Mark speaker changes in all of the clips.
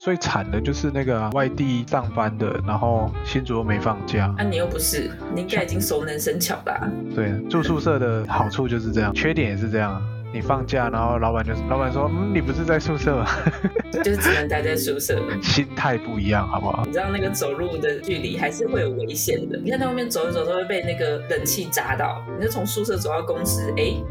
Speaker 1: 最惨的就是那个啊、外地上班的，然后新竹又没放假。
Speaker 2: 啊那、你又不是，你应该已经熟能生巧 啦、
Speaker 1: 对，住宿舍的好处就是这样，缺点也是这样啊。你放假，然后老板就是老板说，嗯，你不是在宿舍吗？
Speaker 2: 就是只能待在宿舍。
Speaker 1: 心态不一样，好不好？
Speaker 2: 你知道那个走路的距离还是会有危险的，你看在外面走一走都会被那个冷气砸到，你就从宿舍走到公司，哎、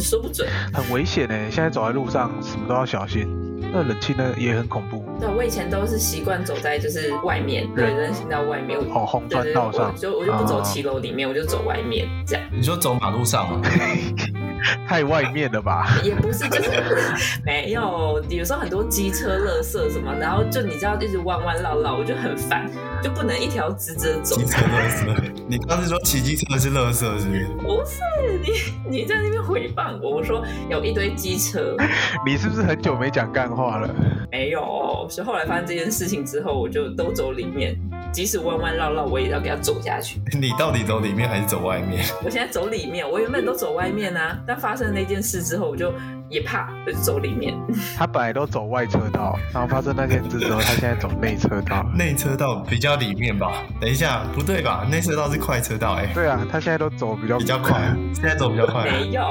Speaker 2: 说不准。
Speaker 1: 很危险呢、欸现在走在路上什么都要小心。那冷气呢也很恐怖，
Speaker 2: 对，我以前都是习惯走在就是外面，对，人行道外面。我
Speaker 1: 哦，红
Speaker 2: 对
Speaker 1: 砖
Speaker 2: 对对，
Speaker 1: 道
Speaker 2: 我
Speaker 1: 上
Speaker 2: 就我就不走
Speaker 1: 啊
Speaker 2: 骑楼里面，我就走外面，这样
Speaker 3: 你说走马路上啊嘛？
Speaker 1: 太外面了吧？
Speaker 2: 也不是就是 没有。有时候很多机车、垃圾什么，然后就你知道一直弯弯绕绕，我就很烦，就不能一条直直的走
Speaker 3: 骑。车乐色，你刚是说骑机车是乐色是不是？
Speaker 2: 不是你，你在那边回谤我，我说有一堆机车，
Speaker 1: 你是不是很久没讲干话了？
Speaker 2: 没有。所以后来发生这件事情之后，我就都走里面，即使弯弯绕绕，我也要给它走下去。
Speaker 3: 你到底走里面还是走外面？
Speaker 2: 我现在走里面，我原本都走外面啊，但发生那件事之后，我就也怕，我就走里面。
Speaker 1: 他本来都走外车道，然后发生那件事之后，他现在走内车道。
Speaker 3: 内车道比较里面吧？等一下，不对吧？内车道是快车道哎、
Speaker 1: 对啊，他现在都走比较
Speaker 3: 比较 快，现在走比较快，
Speaker 2: 没有，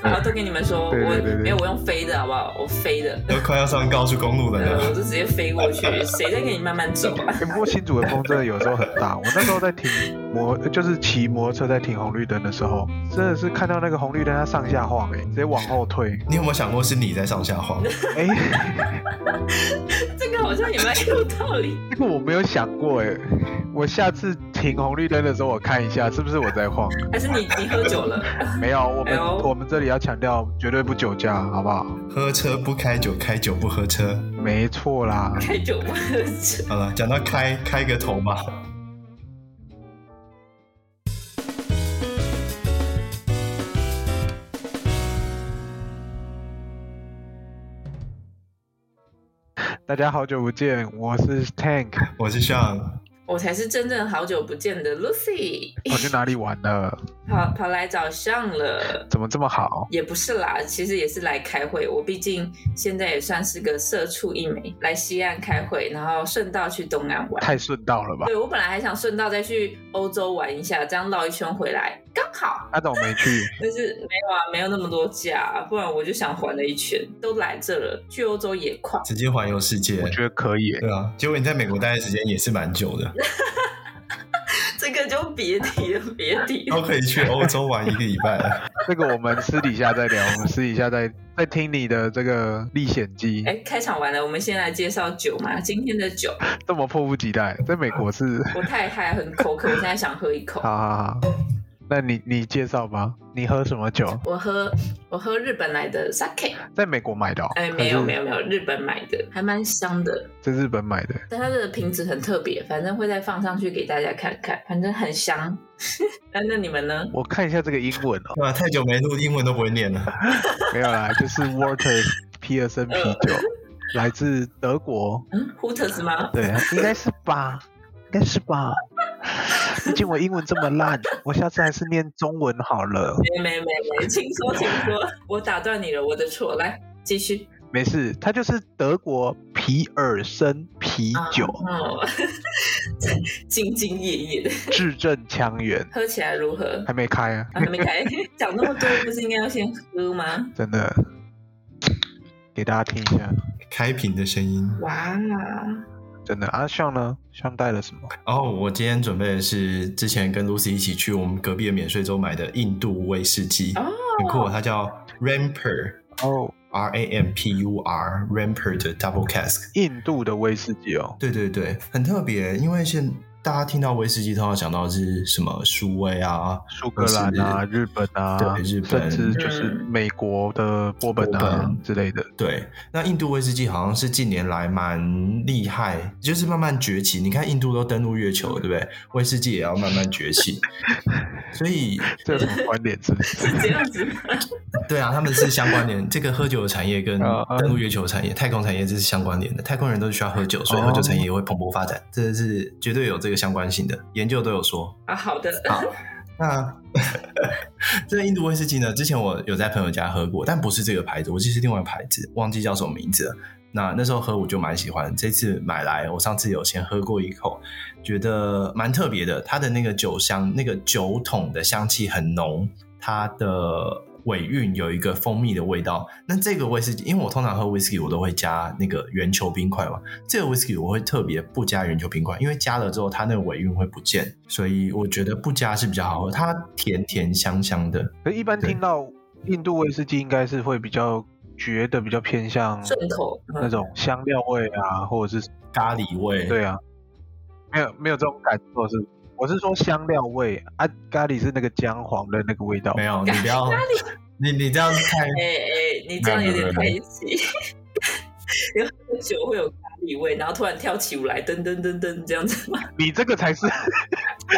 Speaker 2: 然后都跟你们
Speaker 1: 哎
Speaker 2: 说，
Speaker 1: 对对对
Speaker 2: 我
Speaker 1: 对
Speaker 2: 没有，我用飞的好不好？我飞的，
Speaker 3: 都快要上高速公路了
Speaker 2: 呃我
Speaker 3: 呢。
Speaker 2: 就直接飞过去，谁在跟你慢慢走啊？
Speaker 1: 欸不过新竹的风真的有时候很大。我那时候在停摩，就是骑摩托车在停红绿灯的时候，真的是看到那个红绿灯它上下晃、欸，直接往后退。
Speaker 3: 你有没有想过是你在上 下晃？
Speaker 1: 哎、
Speaker 2: 这个好像也蛮有道理。
Speaker 1: 这个我没有想过、欸，哎，我下次停红绿灯的时候，我看一下是不是我在晃。
Speaker 2: 还是你你喝酒了？
Speaker 1: 没有，我
Speaker 2: 哎
Speaker 1: 们、
Speaker 2: 呦
Speaker 1: 我们这里要强调绝对不酒驾，好不好？
Speaker 3: 喝车不开酒，开酒不喝车。
Speaker 1: 没错啦。
Speaker 2: 开酒吧喝酒。
Speaker 3: 好了，讲到开开个头吧。
Speaker 1: 大家好久不见，我是 Tank，
Speaker 3: 我是上，
Speaker 2: 我才是真正好久不见的 Lucy，
Speaker 1: 跑去哪里玩了？
Speaker 2: 跑跑来找上了。
Speaker 1: 怎么这么好？
Speaker 2: 也不是啦，其实也是来开会。我毕竟现在也算是个社畜一枚，来西岸开会，然后顺道去东岸玩。
Speaker 1: 太顺道了吧？
Speaker 2: 对我本来还想顺道再去欧洲玩一下，这样绕一圈回来刚好。
Speaker 1: 阿总没去，
Speaker 2: 但是没有啊，没有那么多假，不然我就想环了一圈，都来这了，去欧洲也快。
Speaker 3: 直接环游世界
Speaker 1: 我。觉得可以、欸。
Speaker 3: 对啊，结果你在美国待的时间也是蛮久的，
Speaker 2: 这个就别提了，别提了。
Speaker 3: 都可以去欧洲玩一个礼拜了。
Speaker 1: 这个我们私底下再聊，我们私底下再再听你的这个历险记，
Speaker 2: 哎，开场完了，我们先来介绍酒嘛。今天的酒
Speaker 1: 这么迫不及待，在美国是，
Speaker 2: 我太嗨，很口渴，我现在想喝一口。
Speaker 1: 好好好，那你你介绍吧，你喝什么酒？
Speaker 2: 我喝我喝日本来的 sake，
Speaker 1: 在美国买的、哦？
Speaker 2: 哎，没有
Speaker 1: 还是
Speaker 2: 没有没有，日本买的，还蛮香的。
Speaker 1: 在日本买的。
Speaker 2: 但它的瓶子很特别，反正会再放上去给大家看看，反正很香。那那你们呢？
Speaker 1: 我看一下这个英文哦，
Speaker 3: 对啊，太久没录，英文都不会念了。
Speaker 1: 没有啦，就是 Water 皮尔森啤酒，来自德国，
Speaker 2: 嗯，Hooters 吗？
Speaker 1: 对，应该是吧，应该是吧。毕竟我英文这么烂，我下次还是念中文好了。
Speaker 2: 没没没没，请说请说，我打断你了，我的错，来继续。
Speaker 1: 没事，它就是德国皮尔森啤酒。
Speaker 2: 哦，兢兢业业的，
Speaker 1: 字正腔圆，
Speaker 2: 喝起来如何？
Speaker 1: 还没开啊，
Speaker 2: 啊，还没开，讲那么多，不是应该要先喝吗？
Speaker 1: 真的，给大家听一下，
Speaker 3: 开瓶的声音。
Speaker 2: 哇，
Speaker 1: 真的。阿尚呢？尚带了什么？
Speaker 3: 然后哦我今天准备的是之前跟 Lucy 一起去我们隔壁的免税州买的印度威士忌，
Speaker 2: 哦
Speaker 3: 很酷哦，它叫 Ramper。
Speaker 1: 哦，
Speaker 3: R A M P U R Ramper 的 Double Cask。
Speaker 1: 印度的威士忌哦，
Speaker 3: 对对对，很特别，因为现大家听到威士忌，通常想到的是什么苏威啊、
Speaker 1: 苏格兰啊，日本啊，
Speaker 3: 对日本
Speaker 1: 甚至就是美国的波本
Speaker 3: 波
Speaker 1: 啊
Speaker 3: 本
Speaker 1: 之类的。
Speaker 3: 对，那印度威士忌好像是近年来蛮厉害，就是慢慢崛起。你看印度都登陆月球了，对不对？威士忌也要慢慢崛起，所以
Speaker 1: 这有什么关联？是不是？
Speaker 2: 是 这样子吗？
Speaker 3: 对啊，他们是相关联。这个喝酒的产业跟
Speaker 1: 啊啊
Speaker 3: 登陆月球产业、太空产业这是相关联的。太空人都是需要喝酒，所以喝酒产业也会蓬勃发展，这是绝对有这个相关性的。研究都有说。
Speaker 2: 啊，好的，
Speaker 3: 好，那 这个印度威士忌呢？之前我有在朋友家喝过，但不是这个牌子，我记得是另外牌子，忘记叫什么名字了。那那时候喝我就蛮喜欢，这次买来我上次有先喝过一口，觉得蛮特别的。它的那个酒香，那个酒桶的香气很浓，它的尾韵有一个蜂蜜的味道。那这个威士忌，因为我通常喝威士忌我都会加那个圆球冰块嘛，这个威士忌我会特别不加圆球冰块，因为加了之后它那个尾韵会不见，所以我觉得不加是比较好喝。它甜甜香香的，
Speaker 1: 可是一般
Speaker 3: 对
Speaker 1: 听到印度威士忌，应该是会比较觉得比较偏向
Speaker 2: 顺口。嗯
Speaker 1: 那种香料味啊，或者是
Speaker 3: 咖喱味，
Speaker 1: 对啊，没有没有这种感受是，我是说香料味啊，咖喱是那个姜黄的那个味道
Speaker 3: 没，有，你不要，你你这样
Speaker 2: 哎
Speaker 3: 太
Speaker 2: 哎，你这样有点太急。 然后喝酒会有咖喱味，然后突然跳起舞来，噔噔噔噔这样子吗？
Speaker 1: 你这个才是，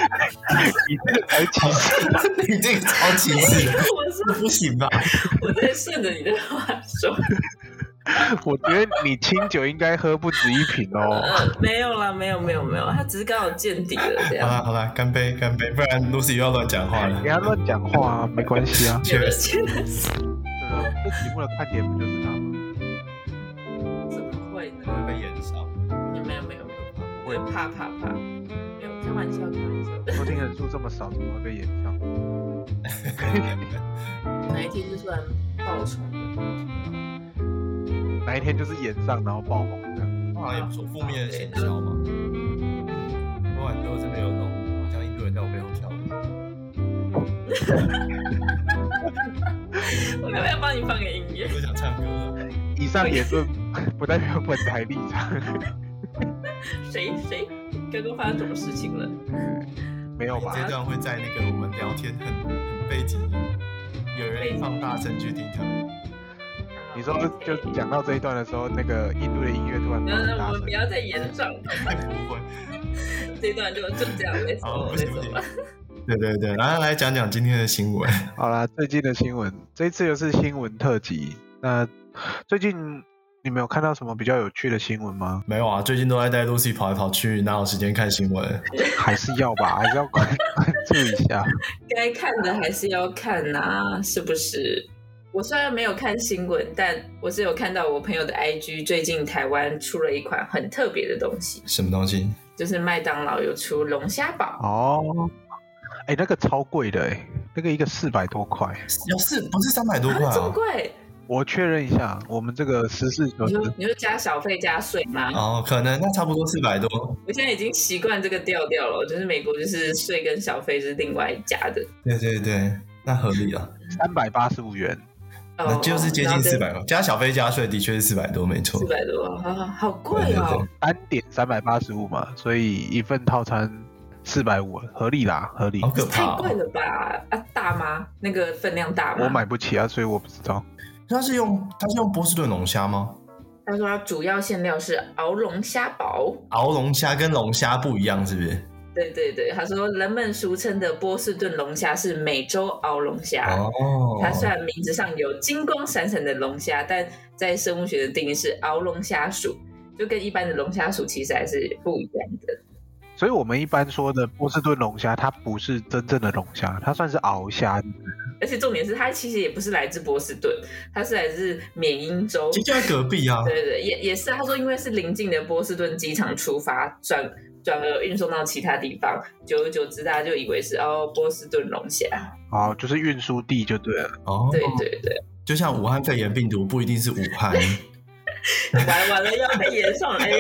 Speaker 1: 你这个才歧视，
Speaker 3: 你这个超歧视的，
Speaker 2: 我
Speaker 3: 这
Speaker 2: 说
Speaker 3: 不行吧？
Speaker 2: 我在顺着你的话说，
Speaker 1: 我觉得你清酒应该喝不止一瓶哦。
Speaker 2: 呃，没有啦，没有没有没有，他只是刚好见底了这
Speaker 3: 好
Speaker 2: 样。哎
Speaker 3: 啦好啦，干杯干杯，不然 Lucy 又要乱讲话了
Speaker 1: 你。要乱讲话、啊、没关系 啊，
Speaker 2: 有的真的是
Speaker 1: 对啊，这题目的看点不就是他吗？
Speaker 2: 怎么会呢？
Speaker 3: 被延烧，
Speaker 2: 没有没有没有，我也怕怕怕，没有开玩笑开玩笑的。
Speaker 1: 收听人数这么少，怎么会被延上？
Speaker 2: 哪一天就突然爆冲了，
Speaker 1: 哪一天就是延上然后爆红这样？
Speaker 3: 那也不错，负面的行销嘛。喝完之后真的有种，好像印度人在我背后跳舞。
Speaker 2: 我要不要帮你放个音乐？
Speaker 3: 哎我想唱歌了，
Speaker 1: 以上言论 不代表本台立场。
Speaker 2: 谁谁刚刚发生什么事情了？
Speaker 1: 没有吧？
Speaker 3: 这段会在那个我们聊天很很背景音，有人放大声去听它。
Speaker 1: 你说就讲到这一段的时候，那个印度的音乐突然
Speaker 2: 没
Speaker 1: 爆
Speaker 2: 有，
Speaker 1: 很
Speaker 2: 我
Speaker 1: 大
Speaker 2: 们
Speaker 1: 声
Speaker 2: 不，要再延上，
Speaker 3: 不会，
Speaker 2: 这段就就这样没什
Speaker 3: 好，
Speaker 2: 么
Speaker 3: 哦不
Speaker 2: 没
Speaker 3: 行
Speaker 2: 什
Speaker 3: 不行
Speaker 2: 么。。
Speaker 3: 对对对，来来讲讲今天的新闻。
Speaker 1: 好啦，最近的新闻，这一次又是新闻特辑。那最近你们有看到什么比较有趣的新闻 吗？
Speaker 3: 没有啊，最近都在带 Lucy 跑来跑去，哪有时间看新闻？
Speaker 1: 还是要吧，还是要关关注一下。
Speaker 2: 该看的还是要看啊，是不是？我虽然没有看新闻，但我是有看到我朋友的 IG，最近台湾出了一款很特别的东西，
Speaker 3: 什么东西？
Speaker 2: 就是麦当劳有出龙虾堡，
Speaker 1: 哦，哎、那个超贵的哎、那个一个四百多块。
Speaker 3: 有四不是三百多块
Speaker 2: 啊这 么
Speaker 3: 啊？
Speaker 2: 贵？
Speaker 1: 我确认一下，我们这个实事求
Speaker 2: 你
Speaker 1: 是
Speaker 2: 就，
Speaker 3: 嗯
Speaker 2: 你就加小费加税吗？
Speaker 3: 哦，可能那差不多四百多。
Speaker 2: 我现在已经习惯这个调调了，就是美国就是税跟小费是另外加的，
Speaker 3: 对对对，那合理啊，
Speaker 1: 三百八十五元。
Speaker 2: 哦
Speaker 3: 那就是接近四
Speaker 2: 百
Speaker 3: 百多，加小费加税的确是四百多，没错
Speaker 2: 四。百多，好好好贵
Speaker 3: 对对
Speaker 2: 哦
Speaker 3: 对！
Speaker 1: 单点三百八十五嘛，所以一份套餐四百五，合理啦，合理
Speaker 3: 好。可
Speaker 2: 太
Speaker 3: 怕、
Speaker 2: 贵
Speaker 3: 哦！
Speaker 2: 了吧？啊，大妈那个分量大吗？
Speaker 1: 我买不起啊，所以我不知道。
Speaker 3: 它是用它是用波士顿龙虾吗？
Speaker 2: 他说他主要馅料是熬龙虾堡。
Speaker 3: 熬龙虾跟龙虾不一样，是不是？
Speaker 2: 对对对，他说人们俗称的波士顿龙虾是美洲熬龙虾。
Speaker 3: 哦，
Speaker 2: 啊它虽然名字上有金光闪闪的龙虾，但在生物学的定义是熬龙虾属，就跟一般的龙虾属其实还是不一样的。
Speaker 1: 所以我们一般说的波士顿龙虾，它不是真正的龙虾，它算是鳌虾。
Speaker 2: 而且重点是，它其实也不是来自波士顿，它是来自缅因州。
Speaker 3: 就在隔壁啊。
Speaker 2: 对对对，也也是啊。他说，因为是临近的波士顿机场出发，转转而运送到其他地方，久而久之，大家就以为是哦波士顿龙虾。
Speaker 1: 哦，就是运输地就对了。
Speaker 3: 哦，
Speaker 2: 对对对，
Speaker 3: 就像武汉肺炎病毒不一定是武 汉，
Speaker 2: 完完了要被延上了。哎、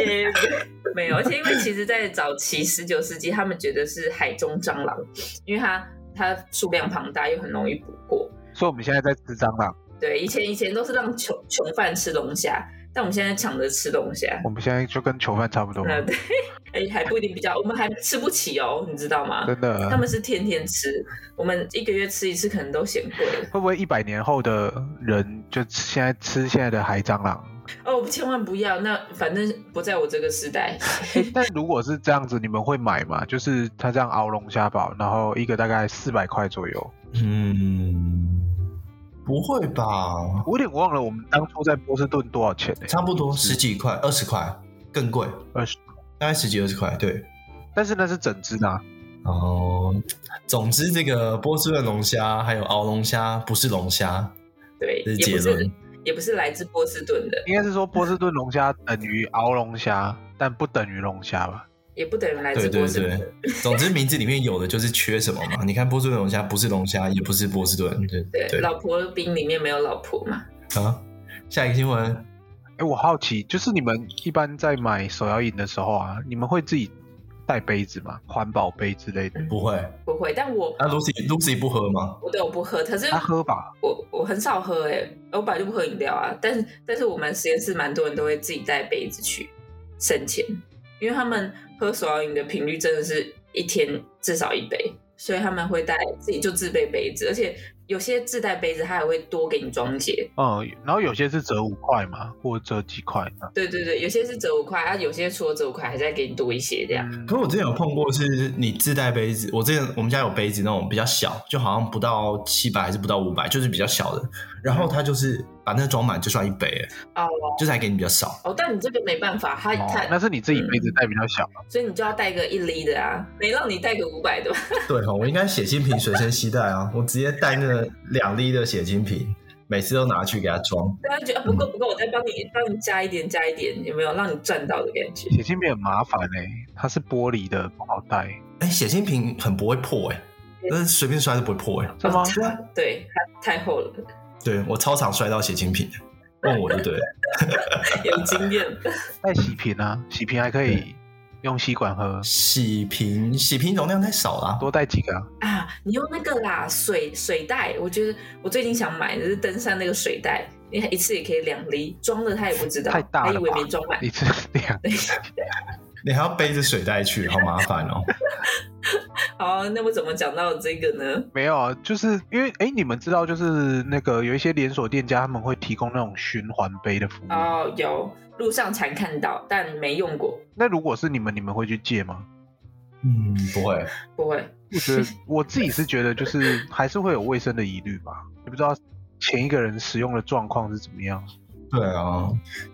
Speaker 2: 没有，而且因为其实，在早期十九世纪，他们觉得是海中蟑螂，因为它它数量庞大，又很容易捕获。
Speaker 1: 所以我们现在在吃蟑螂，
Speaker 2: 对，以前以前都是让囚囚犯吃龙虾，但我们现在抢着吃龙虾。
Speaker 1: 我们现在就跟囚犯差不多，
Speaker 2: 嗯，对， 哎，还不一定比较，我们还吃不起哦，你知道吗？
Speaker 1: 真
Speaker 2: 他
Speaker 1: 的。
Speaker 2: 们是天天吃，我们一个月吃一次可能都嫌贵了。
Speaker 1: 会不会一百年后的人就现在吃现在的海蟑螂？
Speaker 2: 哦，千万不要，那反正不在我这个时代。
Speaker 1: 诶但如果是这样子，你们会买吗？就是它这样熬龙虾堡，然后一个大概四百块左右。
Speaker 3: 嗯，不会吧？
Speaker 1: 我有点忘了我们当初在波士顿多少钱呢、欸
Speaker 3: 差不多十几块、二十块，更贵，
Speaker 1: 二十，
Speaker 3: 大概十几二十块，对。
Speaker 1: 但是那是整只的、啊，
Speaker 3: 哦，总之这个波士顿龙虾还有鳌龙虾不是龙虾，
Speaker 2: 对，
Speaker 3: 这是
Speaker 2: 也
Speaker 3: 结
Speaker 2: 不是
Speaker 3: 论。
Speaker 2: 也不是来自波士顿的，
Speaker 1: 应该是说波士顿龙虾等于鳌龙虾，但不等于龙虾吧？
Speaker 2: 也不等于来
Speaker 3: 对
Speaker 2: 自
Speaker 3: 对
Speaker 2: 波士顿的。
Speaker 3: 对，总之名字里面有的就是缺什么嘛。你 看波士顿龙虾不是龙虾，也不是波士顿，对
Speaker 2: 对，
Speaker 3: 对
Speaker 2: 老婆饼里面没有老婆嘛？
Speaker 3: 啊。下一个新闻，
Speaker 1: 哎，我好奇，就是你们一般在买手摇饮的时候啊，你们会自己带杯子吗？环保杯之类的？
Speaker 3: 不会。
Speaker 2: 不会，但我
Speaker 3: 那 Lucy Lucy 不喝吗？
Speaker 2: 我都有不喝，可是
Speaker 3: 啊
Speaker 1: 他啊喝吧，
Speaker 2: 我我很少喝哎、我本来就不喝饮料啊。但是但是我们实验室蛮多人都会自己带杯子去省钱，因为他们喝手摇饮的频率真的是一天至少一杯，所以他们会带自己就自备杯子，而且有些自带杯子他还会多给你装些。
Speaker 1: 嗯，然后有些是折五块嘛，或者折几块的。
Speaker 2: 对对对，有些是折五块，啊，有些除了折五块还再给你多一些这样。
Speaker 1: 嗯
Speaker 3: 可是我之前有碰过，是你自带杯子。我之前我们家有杯子那种比较小，就好像不到七百还是不到五百，就是比较小的。然后他就是把那装满就算一杯，哎
Speaker 2: 哦
Speaker 3: 就是还给你比较少。
Speaker 2: 哦，但你这个没办法，他
Speaker 1: 嗯哦
Speaker 2: 他、
Speaker 1: 那是你自己杯子带比较小嘛，
Speaker 2: 所以你就要带个一厘的啊，没让你带个五百的吧？
Speaker 3: 对哦哈，我应该写精瓶随身携带啊，我直接带那个两粒的写精瓶，每次都拿去给他装。
Speaker 2: 大家觉得啊不够不够，我再帮你帮你加一点加一点，有没有让你赚到的感觉？
Speaker 1: 写信片很麻烦哎、它是玻璃的，不好带，
Speaker 3: 哎、写精瓶很不会破哎、但是随便摔都不会破哎、
Speaker 1: 是吗？
Speaker 2: 嗯
Speaker 3: 对啊，
Speaker 2: 对，它太厚了，
Speaker 3: 对我超常摔到写精瓶的，问我就对了。
Speaker 2: 有经验。
Speaker 1: 带洗瓶啊，洗瓶还可以用吸管喝，
Speaker 3: 洗瓶洗瓶容量太少啦、
Speaker 1: 多带几个啊、
Speaker 2: 啊，你用那个啦，水水袋，我觉得我最近想买的是登山那个水袋，你一次也可以两厘，装了他也不知道，
Speaker 1: 太大
Speaker 2: 他
Speaker 1: 了
Speaker 2: 以为
Speaker 1: 吧
Speaker 2: 没装满。
Speaker 1: 一次两。
Speaker 3: 你还要背着水袋去，好麻烦哦。
Speaker 2: 好，那我怎么讲到这个呢？
Speaker 1: 没有啊，就是因为哎，你们知道，就是那个有一些连锁店家他们会提供那种循环杯的服务。
Speaker 2: 哦，有路上常看到，但没用过，
Speaker 1: 那如果是你们，你们会去借吗？
Speaker 3: 嗯，不会，
Speaker 2: 不会。
Speaker 1: 我觉 得我自己是觉得，就是还是会有卫生的疑虑吧。你不知道前一个人使用的状况是怎么样。
Speaker 3: 对啊，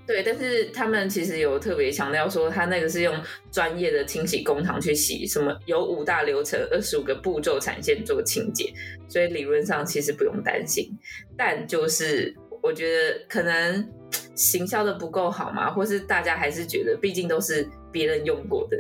Speaker 2: 对，但是他们其实有特别强调说，他那个是用专业的清洗工厂去洗，什么有五大流程、二十五个步骤产线做清洁，所以理论上其实不用担心。但就是我觉得可能行销的不够好嘛，或是大家还是觉得，毕竟都是别人用过的，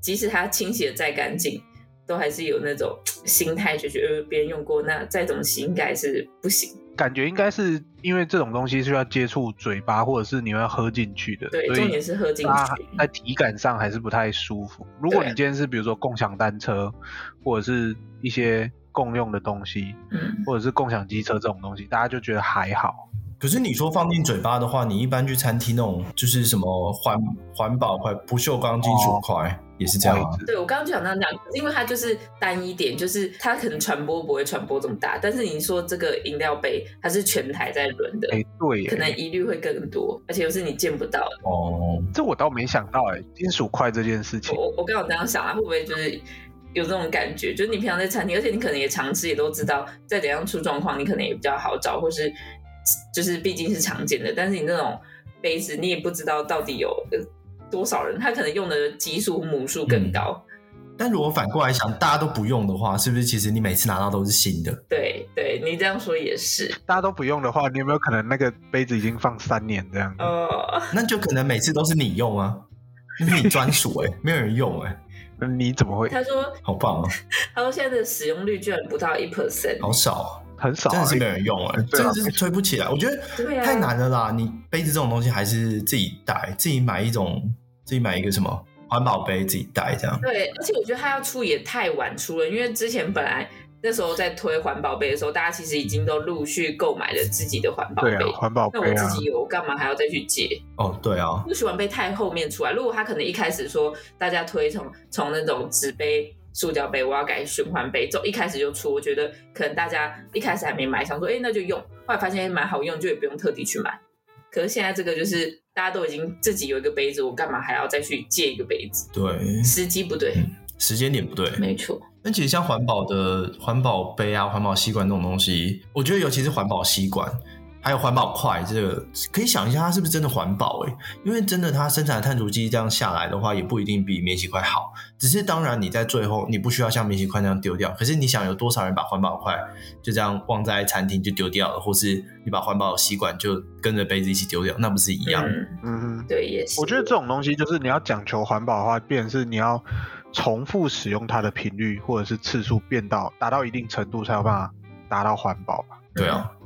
Speaker 2: 即使它清洗的再干净，都还是有那种心态，就觉得呃别人用过，那再怎么洗应该是不行。
Speaker 1: 感觉应该是因为这种东西是要接触嘴巴，或者是你要喝进去的，
Speaker 2: 对，
Speaker 1: 所
Speaker 2: 重点
Speaker 1: 以
Speaker 2: 是喝进
Speaker 1: 它
Speaker 2: 去。
Speaker 1: 在体感上还是不太舒服。如果
Speaker 2: 对
Speaker 1: 你今天是比如说共享单车，或者是一些共用的东西，
Speaker 2: 嗯。
Speaker 1: 或者是共享机车这种东西，大家就觉得还好。
Speaker 3: 可是你说放进嘴巴的话，你一般去餐厅那种就是什么环环保块、不锈钢金属块、也是这样啊。
Speaker 2: 对，我刚刚就想到那样，因为它就是单一点，就是它可能传播不会传播这么大，但是你说这个饮料杯它是全台在轮的，
Speaker 1: 哎、对耶，
Speaker 2: 可能疑虑会更多，而且又是你见不到的。
Speaker 3: 哦，
Speaker 1: 这我倒没想到哎、金属块这件事情。
Speaker 2: 我我刚好这样想啊，会不会就是有这种感觉？就是你平常在餐厅，而且你可能也常吃，也都知道再怎样出状况，你可能也比较好找，或是就是毕竟是常见的。但是你那种杯子，你也不知道到底有呃多少人，他可能用的基数母数更高。
Speaker 3: 但如果反过来想，大家都不用的话，是不是其实你每次拿到都是新的？
Speaker 2: 对对，你这样说也是。
Speaker 1: 大家都不用的话，你有没有可能那个杯子已经放三年这样子？
Speaker 2: 呃，
Speaker 3: 那就可能每次都是你用啊，那是你专属哎，没有人用哎、
Speaker 1: 那你怎么会
Speaker 2: 他说，
Speaker 3: 好棒啊，
Speaker 2: 他说现在的使用率居然不到一 percent，
Speaker 1: 哦
Speaker 3: 好少、啊。
Speaker 1: 很少、
Speaker 3: 真
Speaker 1: 啊
Speaker 3: 的是？没有人用哎、
Speaker 1: 对
Speaker 3: 真
Speaker 1: 啊
Speaker 3: 的是推不起来。我觉得
Speaker 2: 对啊
Speaker 3: 太难了啦，你杯子这种东西还是自己带，自己买一种，自己买一个什么环保杯自己带这样。
Speaker 2: 对，而且我觉得他要出也太晚出了，因为之前本来那时候在推环保杯的时候，大家其实已经都陆续购买了自己的环保
Speaker 1: 对
Speaker 2: 杯。
Speaker 1: 啊，环保
Speaker 2: 那我
Speaker 1: 杯啊
Speaker 2: 自，己有，我干嘛还要再去借？
Speaker 3: 哦，对啊，
Speaker 2: 不喜欢杯太后面出来。如果他可能一开始说大家推从从那种纸杯、塑胶杯，我要改循环杯，这种一开始就出，我觉得可能大家一开始还没买，想说哎、诶那就用，后来发现诶蛮好用，就也不用特地去买。可是现在这个就是大家都已经自己有一个杯子，我干嘛还要再去借一个杯子？
Speaker 1: 嗯
Speaker 3: 对，
Speaker 2: 时机不对，
Speaker 3: 时间点不对。
Speaker 2: 没错，
Speaker 3: 那其实像环保的环保杯啊、环保吸管这种东西，我觉得尤其是环保吸管，还有环保筷，这个可以想一下，它是不是真的环保、欸？诶，因为真的它生产的碳足迹这样下来的话，也不一定比免洗筷好。只是当然，你在最后你不需要像免洗筷那样丢掉。可是你想，有多少人把环保筷就这样忘在餐厅就丢掉了，或是你把环保吸管就跟着杯子一起丢掉，那不是一样？
Speaker 2: 嗯，
Speaker 1: 嗯，
Speaker 2: 对，也是。
Speaker 1: 我觉得这种东西就是你要讲求环保的话，变成是你要重复使用它的频率或者是次数变到达到一定程度，才有办法达到环保吧。
Speaker 3: 对啊，
Speaker 2: 嗯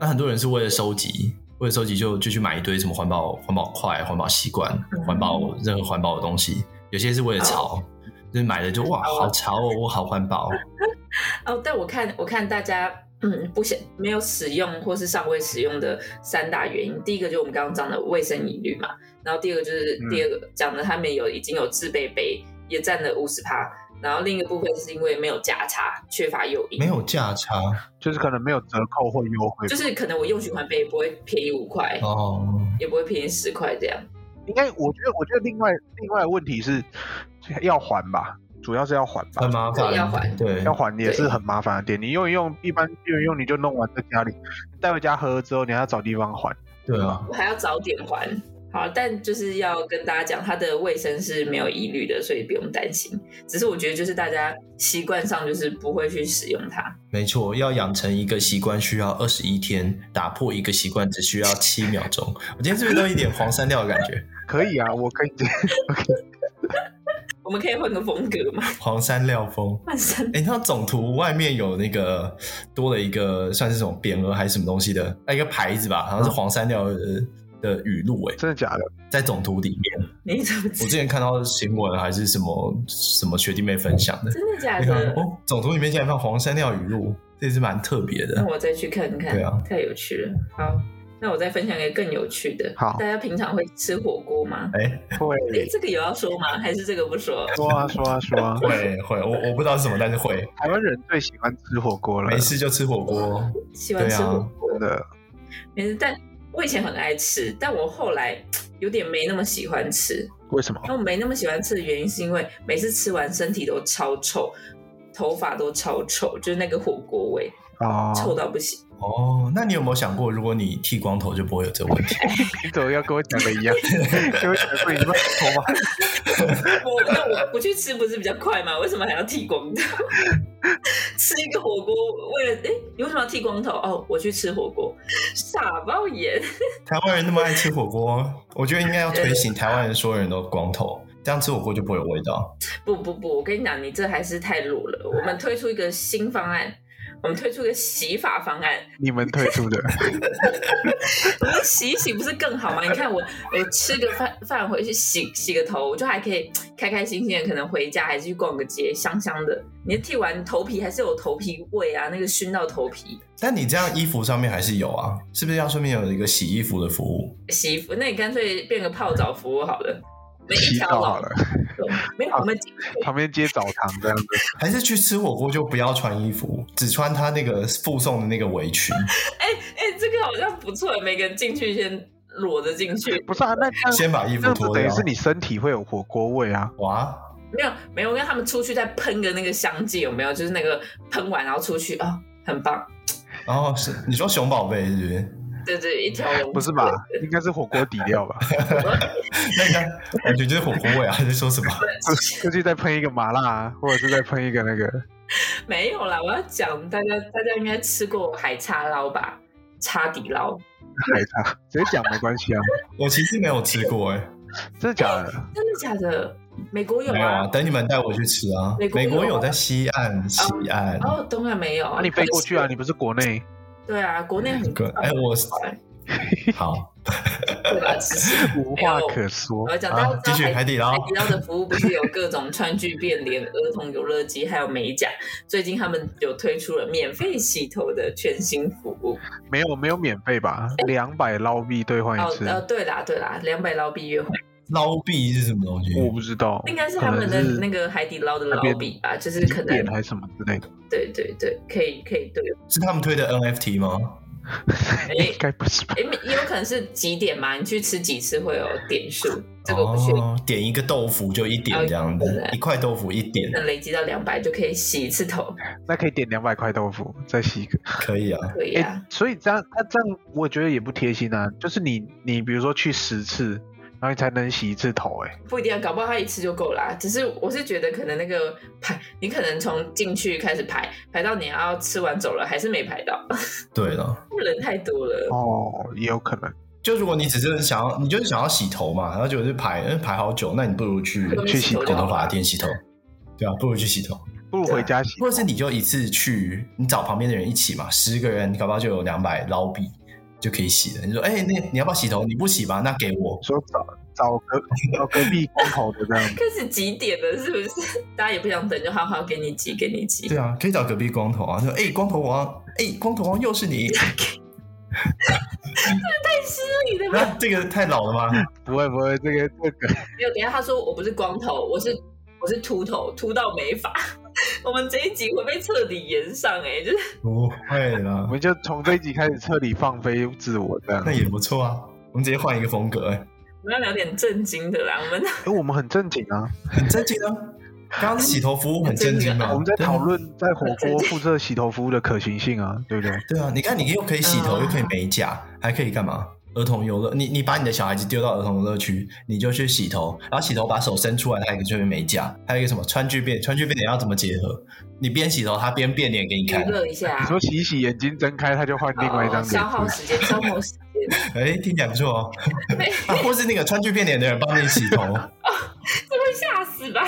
Speaker 3: 那很多人是为了收集，为了收集就就去买一堆什么环保环保筷、环保吸管、
Speaker 2: 嗯
Speaker 3: 环保任何环保的东西。有些是为了潮，就是买了就哇好潮哦，我好环保。
Speaker 2: 嗯哦，但我看我看大家。嗯，不想没有使用或是尚未使用的三大原因，第一个就是我们刚刚讲的卫生疑虑嘛，然后第二个就是、
Speaker 1: 嗯
Speaker 2: 第二个讲的他们有已经有自备杯，也占了五十趴，然后另一个部分是因为没有价差，缺乏诱因，
Speaker 3: 没有价差
Speaker 1: 就是可能没有折扣或优惠，
Speaker 2: 就是可能我用循环杯也不会便宜五块，
Speaker 3: 哦，
Speaker 2: 也不会便宜十块这样。
Speaker 1: 应该我觉得，我觉得另外另外的问题是要还吧，主要是要还吧
Speaker 3: 很，麻烦，
Speaker 2: 对要还
Speaker 3: 对
Speaker 1: 要还也是很麻烦的点。你用一用，一般用一用你就弄完在家里，带回家喝之后，你还要找地方还。
Speaker 3: 对啊，
Speaker 2: 我还要早点还。好，但就是要跟大家讲，它的卫生是没有疑虑的，所以不用担心。只是我觉得就是大家习惯上就是不会去使用它。
Speaker 3: 没错，要养成一个习惯需要二十一天，打破一个习惯只需要七秒钟。我今天是不是都有一点黄山料的感觉？
Speaker 1: 可以啊，我可以。
Speaker 2: 我们可以换个风格吗？
Speaker 3: 黄山料风。
Speaker 2: 换身
Speaker 3: 哎，它总图外面有那个多了一个算是什么匾额还是什么东西的，那一个牌子吧，好
Speaker 2: 嗯
Speaker 3: 像是黄山料的的语录哎，
Speaker 1: 真的假的？
Speaker 3: 在总图里面，
Speaker 2: 你怎么知
Speaker 3: 我之前看到新闻还是什么什么学弟妹分享的，
Speaker 2: 真的假
Speaker 3: 那个
Speaker 2: 的？
Speaker 3: 哦，总图里面竟然放黄山料语录，这也是蛮特别
Speaker 2: 那
Speaker 3: 的。
Speaker 2: 我再去看看。
Speaker 3: 啊对啊
Speaker 2: 太有趣了。好，那我再分享一个更有趣的。
Speaker 1: 好
Speaker 2: 大家平常会吃火锅吗？
Speaker 3: 哎，
Speaker 1: 会
Speaker 2: 哎，这个有要说吗？还是这个不说？
Speaker 1: 说啊说啊说啊！
Speaker 3: 会会，我我不知道是什么，但是会，
Speaker 1: 台湾人最喜欢吃火锅了，
Speaker 3: 没事就吃火锅。
Speaker 2: 喜欢吃
Speaker 3: 对啊
Speaker 2: 火锅
Speaker 1: 真的。
Speaker 2: 没事，但我以前很爱吃，但我后来有点没那么喜欢吃。
Speaker 1: 为什么？
Speaker 2: 那我没那么喜欢吃的原因，是因为每次吃完身体都超臭，头发都超臭，就是那个火锅味，
Speaker 3: 啊
Speaker 1: 哦，
Speaker 2: 臭到不行。
Speaker 3: 哦，那你有没有想过，如果你剃光头就不会有这个问题？
Speaker 1: 你怎么要跟我讲的一样？跟我讲的不一样头发
Speaker 2: 我那我不去吃不是比较快吗？为什么还要剃光头？ 吃一个火锅，为了哎，你为什么要剃光头？哦，我去吃火锅，傻爆眼。
Speaker 3: 台湾人那么爱吃火锅，我觉得应该要推行台湾人所有人都光头，这样吃火锅就不会有味道。
Speaker 2: 不不不，我跟你讲，你这还是太鲁了。我们推出一个新方案，我们推出一个洗发方案，
Speaker 1: 你们推出的，
Speaker 2: 你洗一洗不是更好吗？你看我，我吃个饭饭回去洗洗个头，我就还可以开开心心的，可能回家还是去逛个街，香香的。你剃完头皮还是有头皮味啊，那个熏到头皮。
Speaker 3: 但你这样衣服上面还是有啊，是不是要顺便有一个洗衣服的服务？
Speaker 2: 洗衣服，那你干脆变个泡澡服务好了。没
Speaker 1: 洗澡好了， 啊
Speaker 2: 没有我们
Speaker 1: 旁边接澡堂这样子。
Speaker 3: 还是去吃火锅就不要穿衣服，只穿他那个附送的那个围裙？
Speaker 2: 哎、这个好像不错，每个人进去先裸着进去，
Speaker 1: 不是啊，那这样
Speaker 3: 先把衣
Speaker 1: 这
Speaker 3: 服
Speaker 1: 样子
Speaker 3: 脱
Speaker 1: 等于
Speaker 3: 掉。
Speaker 1: 是你身体会有火锅味啊。
Speaker 3: 哇，
Speaker 2: 没有没有，我跟他们出去再喷个那个香剂，有没有？就是那个喷完然后出去啊、很棒。
Speaker 3: 然后是你说熊宝贝是不是？
Speaker 2: 对对，一条龙
Speaker 1: 不是吧？应该是火锅底料吧？
Speaker 3: 那应该完全就是火锅味啊！还是说什么？
Speaker 1: 就是 再喷一个麻辣、啊，或者是再喷一个那个
Speaker 2: 没有啦，我要讲大家，大家应该吃过海叉捞吧？叉底捞，
Speaker 1: 海茶，直接讲没关系啊。
Speaker 3: 我其实没有吃过哎、
Speaker 1: 真的假的？
Speaker 2: 真的假的？美国有
Speaker 3: 没有啊，
Speaker 2: 啊，
Speaker 3: 等你们带我去吃啊。
Speaker 2: 美
Speaker 3: 美
Speaker 2: 国
Speaker 3: 国
Speaker 2: 有啊
Speaker 3: 有在西岸，西岸。
Speaker 2: 哦，东海没有
Speaker 1: 那、你飞过去啊？？你不是国内？
Speaker 2: 对啊，国内很
Speaker 3: 个哎，我是
Speaker 2: 快，
Speaker 3: 好
Speaker 2: 对啊 吧？只是
Speaker 1: 无话可说
Speaker 2: 我。要讲，
Speaker 3: 啊
Speaker 2: 大，
Speaker 3: 继
Speaker 2: 家知
Speaker 3: 续
Speaker 2: 道
Speaker 3: 海
Speaker 2: 海
Speaker 3: 底捞
Speaker 2: 海。底捞的服务不是有各种川剧变脸、儿童游乐机，还有美甲。最近他们有推出了免费洗头的全新服务。
Speaker 1: 没有没有免费吧？两百捞币兑换一
Speaker 2: 哦，
Speaker 1: 次，
Speaker 2: 呃，对啦，对啦，两百捞币约会。
Speaker 3: 捞币是什么东西？
Speaker 1: 我不知道，
Speaker 2: 应该是他们
Speaker 1: 可
Speaker 2: 的
Speaker 1: 能是
Speaker 2: 那个海底捞的
Speaker 1: 那
Speaker 2: 捞
Speaker 1: 边啊
Speaker 2: 比吧，就是可能
Speaker 1: 点还是什么之类的。
Speaker 2: 对对对，可以可以对
Speaker 3: 是他们推的 NFT 吗？
Speaker 1: 应该不是吧？
Speaker 2: 哎，也有可能是几点嘛？你去吃几次会有点数，这个我不确定。
Speaker 3: 哦，点一个豆腐就一点这样
Speaker 2: 哦对
Speaker 3: 子
Speaker 2: 对，
Speaker 3: 一块豆腐一点
Speaker 2: 那累积到两百就可以洗一次头，
Speaker 1: 那可以点两百块豆腐，再洗一个。
Speaker 3: 可以啊。
Speaker 2: 可以
Speaker 1: 哎、
Speaker 2: 啊。
Speaker 1: 所以这样，那这样我觉得也不贴心啊。就是你，你比如说去十次，然后你才能洗一次头、哎，
Speaker 2: 不一定要，啊搞不好他一次就够啦。只是我是觉得可能那个排，你可能从进去开始排，排到你要吃完走了，还是没排到，
Speaker 3: 对了，
Speaker 2: 人太多了。
Speaker 1: 哦，也有可能。
Speaker 3: 就如果你只是想要，你就是想要洗头嘛，然后就去排，嗯排好久，那你不如去
Speaker 2: 不如去洗头
Speaker 3: 剪头发店洗头，对啊，不如去洗头，
Speaker 1: 不如
Speaker 2: 啊
Speaker 1: 回家洗。
Speaker 3: 或者是你就一次去，你找旁边的人一起嘛，十个人，搞不好就有两百捞币就可以洗了。你说，哎、那你要不要洗头？你不洗吧，那给我。
Speaker 1: 说找找隔找隔壁光头的这样，
Speaker 2: 开始几点了，是不是？大家也不想等，就好好给你挤，给你挤
Speaker 3: 对。啊，可以找隔壁光头啊，说，哎、光头王，哎、光头王又是你，
Speaker 2: 这里的吧
Speaker 3: 那这个太老了吗？
Speaker 1: 不会不会，这个这个
Speaker 2: 没有，等一下他说我不是光头，我是我是秃头，秃到没法。我们这一集会被彻底延上哎、就是
Speaker 3: 不会
Speaker 1: 我
Speaker 3: 啦，
Speaker 1: 们就从这一集开始彻底放飞自我这样
Speaker 3: 那。也不错啊，我们直接换一个风格、哎，
Speaker 2: 我们要聊点正经的啦。我们
Speaker 1: 哎，我们很正经啊，
Speaker 3: 很正经啊。刚刚洗头服务很正经嘛，
Speaker 1: 我们在
Speaker 3: 对啊
Speaker 1: 讨论在火锅附设洗头服务的可行性啊，对不对？
Speaker 3: 对啊，你看，你又可以洗头，
Speaker 2: 嗯
Speaker 3: 又可以美甲，还可以干嘛？儿童游乐，你你把你的小孩子丢到儿童游乐区，你就去洗头，然后洗头把手伸出来，还有一个就是美甲，还有一个什么川剧变，川剧变脸要怎么结合？你边洗头，他边变脸给你看
Speaker 2: 娱。乐一下
Speaker 1: 你，说洗一洗眼睛睁开，他就换另外一张
Speaker 2: 哦
Speaker 1: 脸
Speaker 2: 消，耗时间，消耗 时间。哎
Speaker 3: 哎，听起来不错哦。
Speaker 2: 对
Speaker 3: 啊，或是那个川剧变脸的人帮你洗头，好
Speaker 2: 这会吓死吧？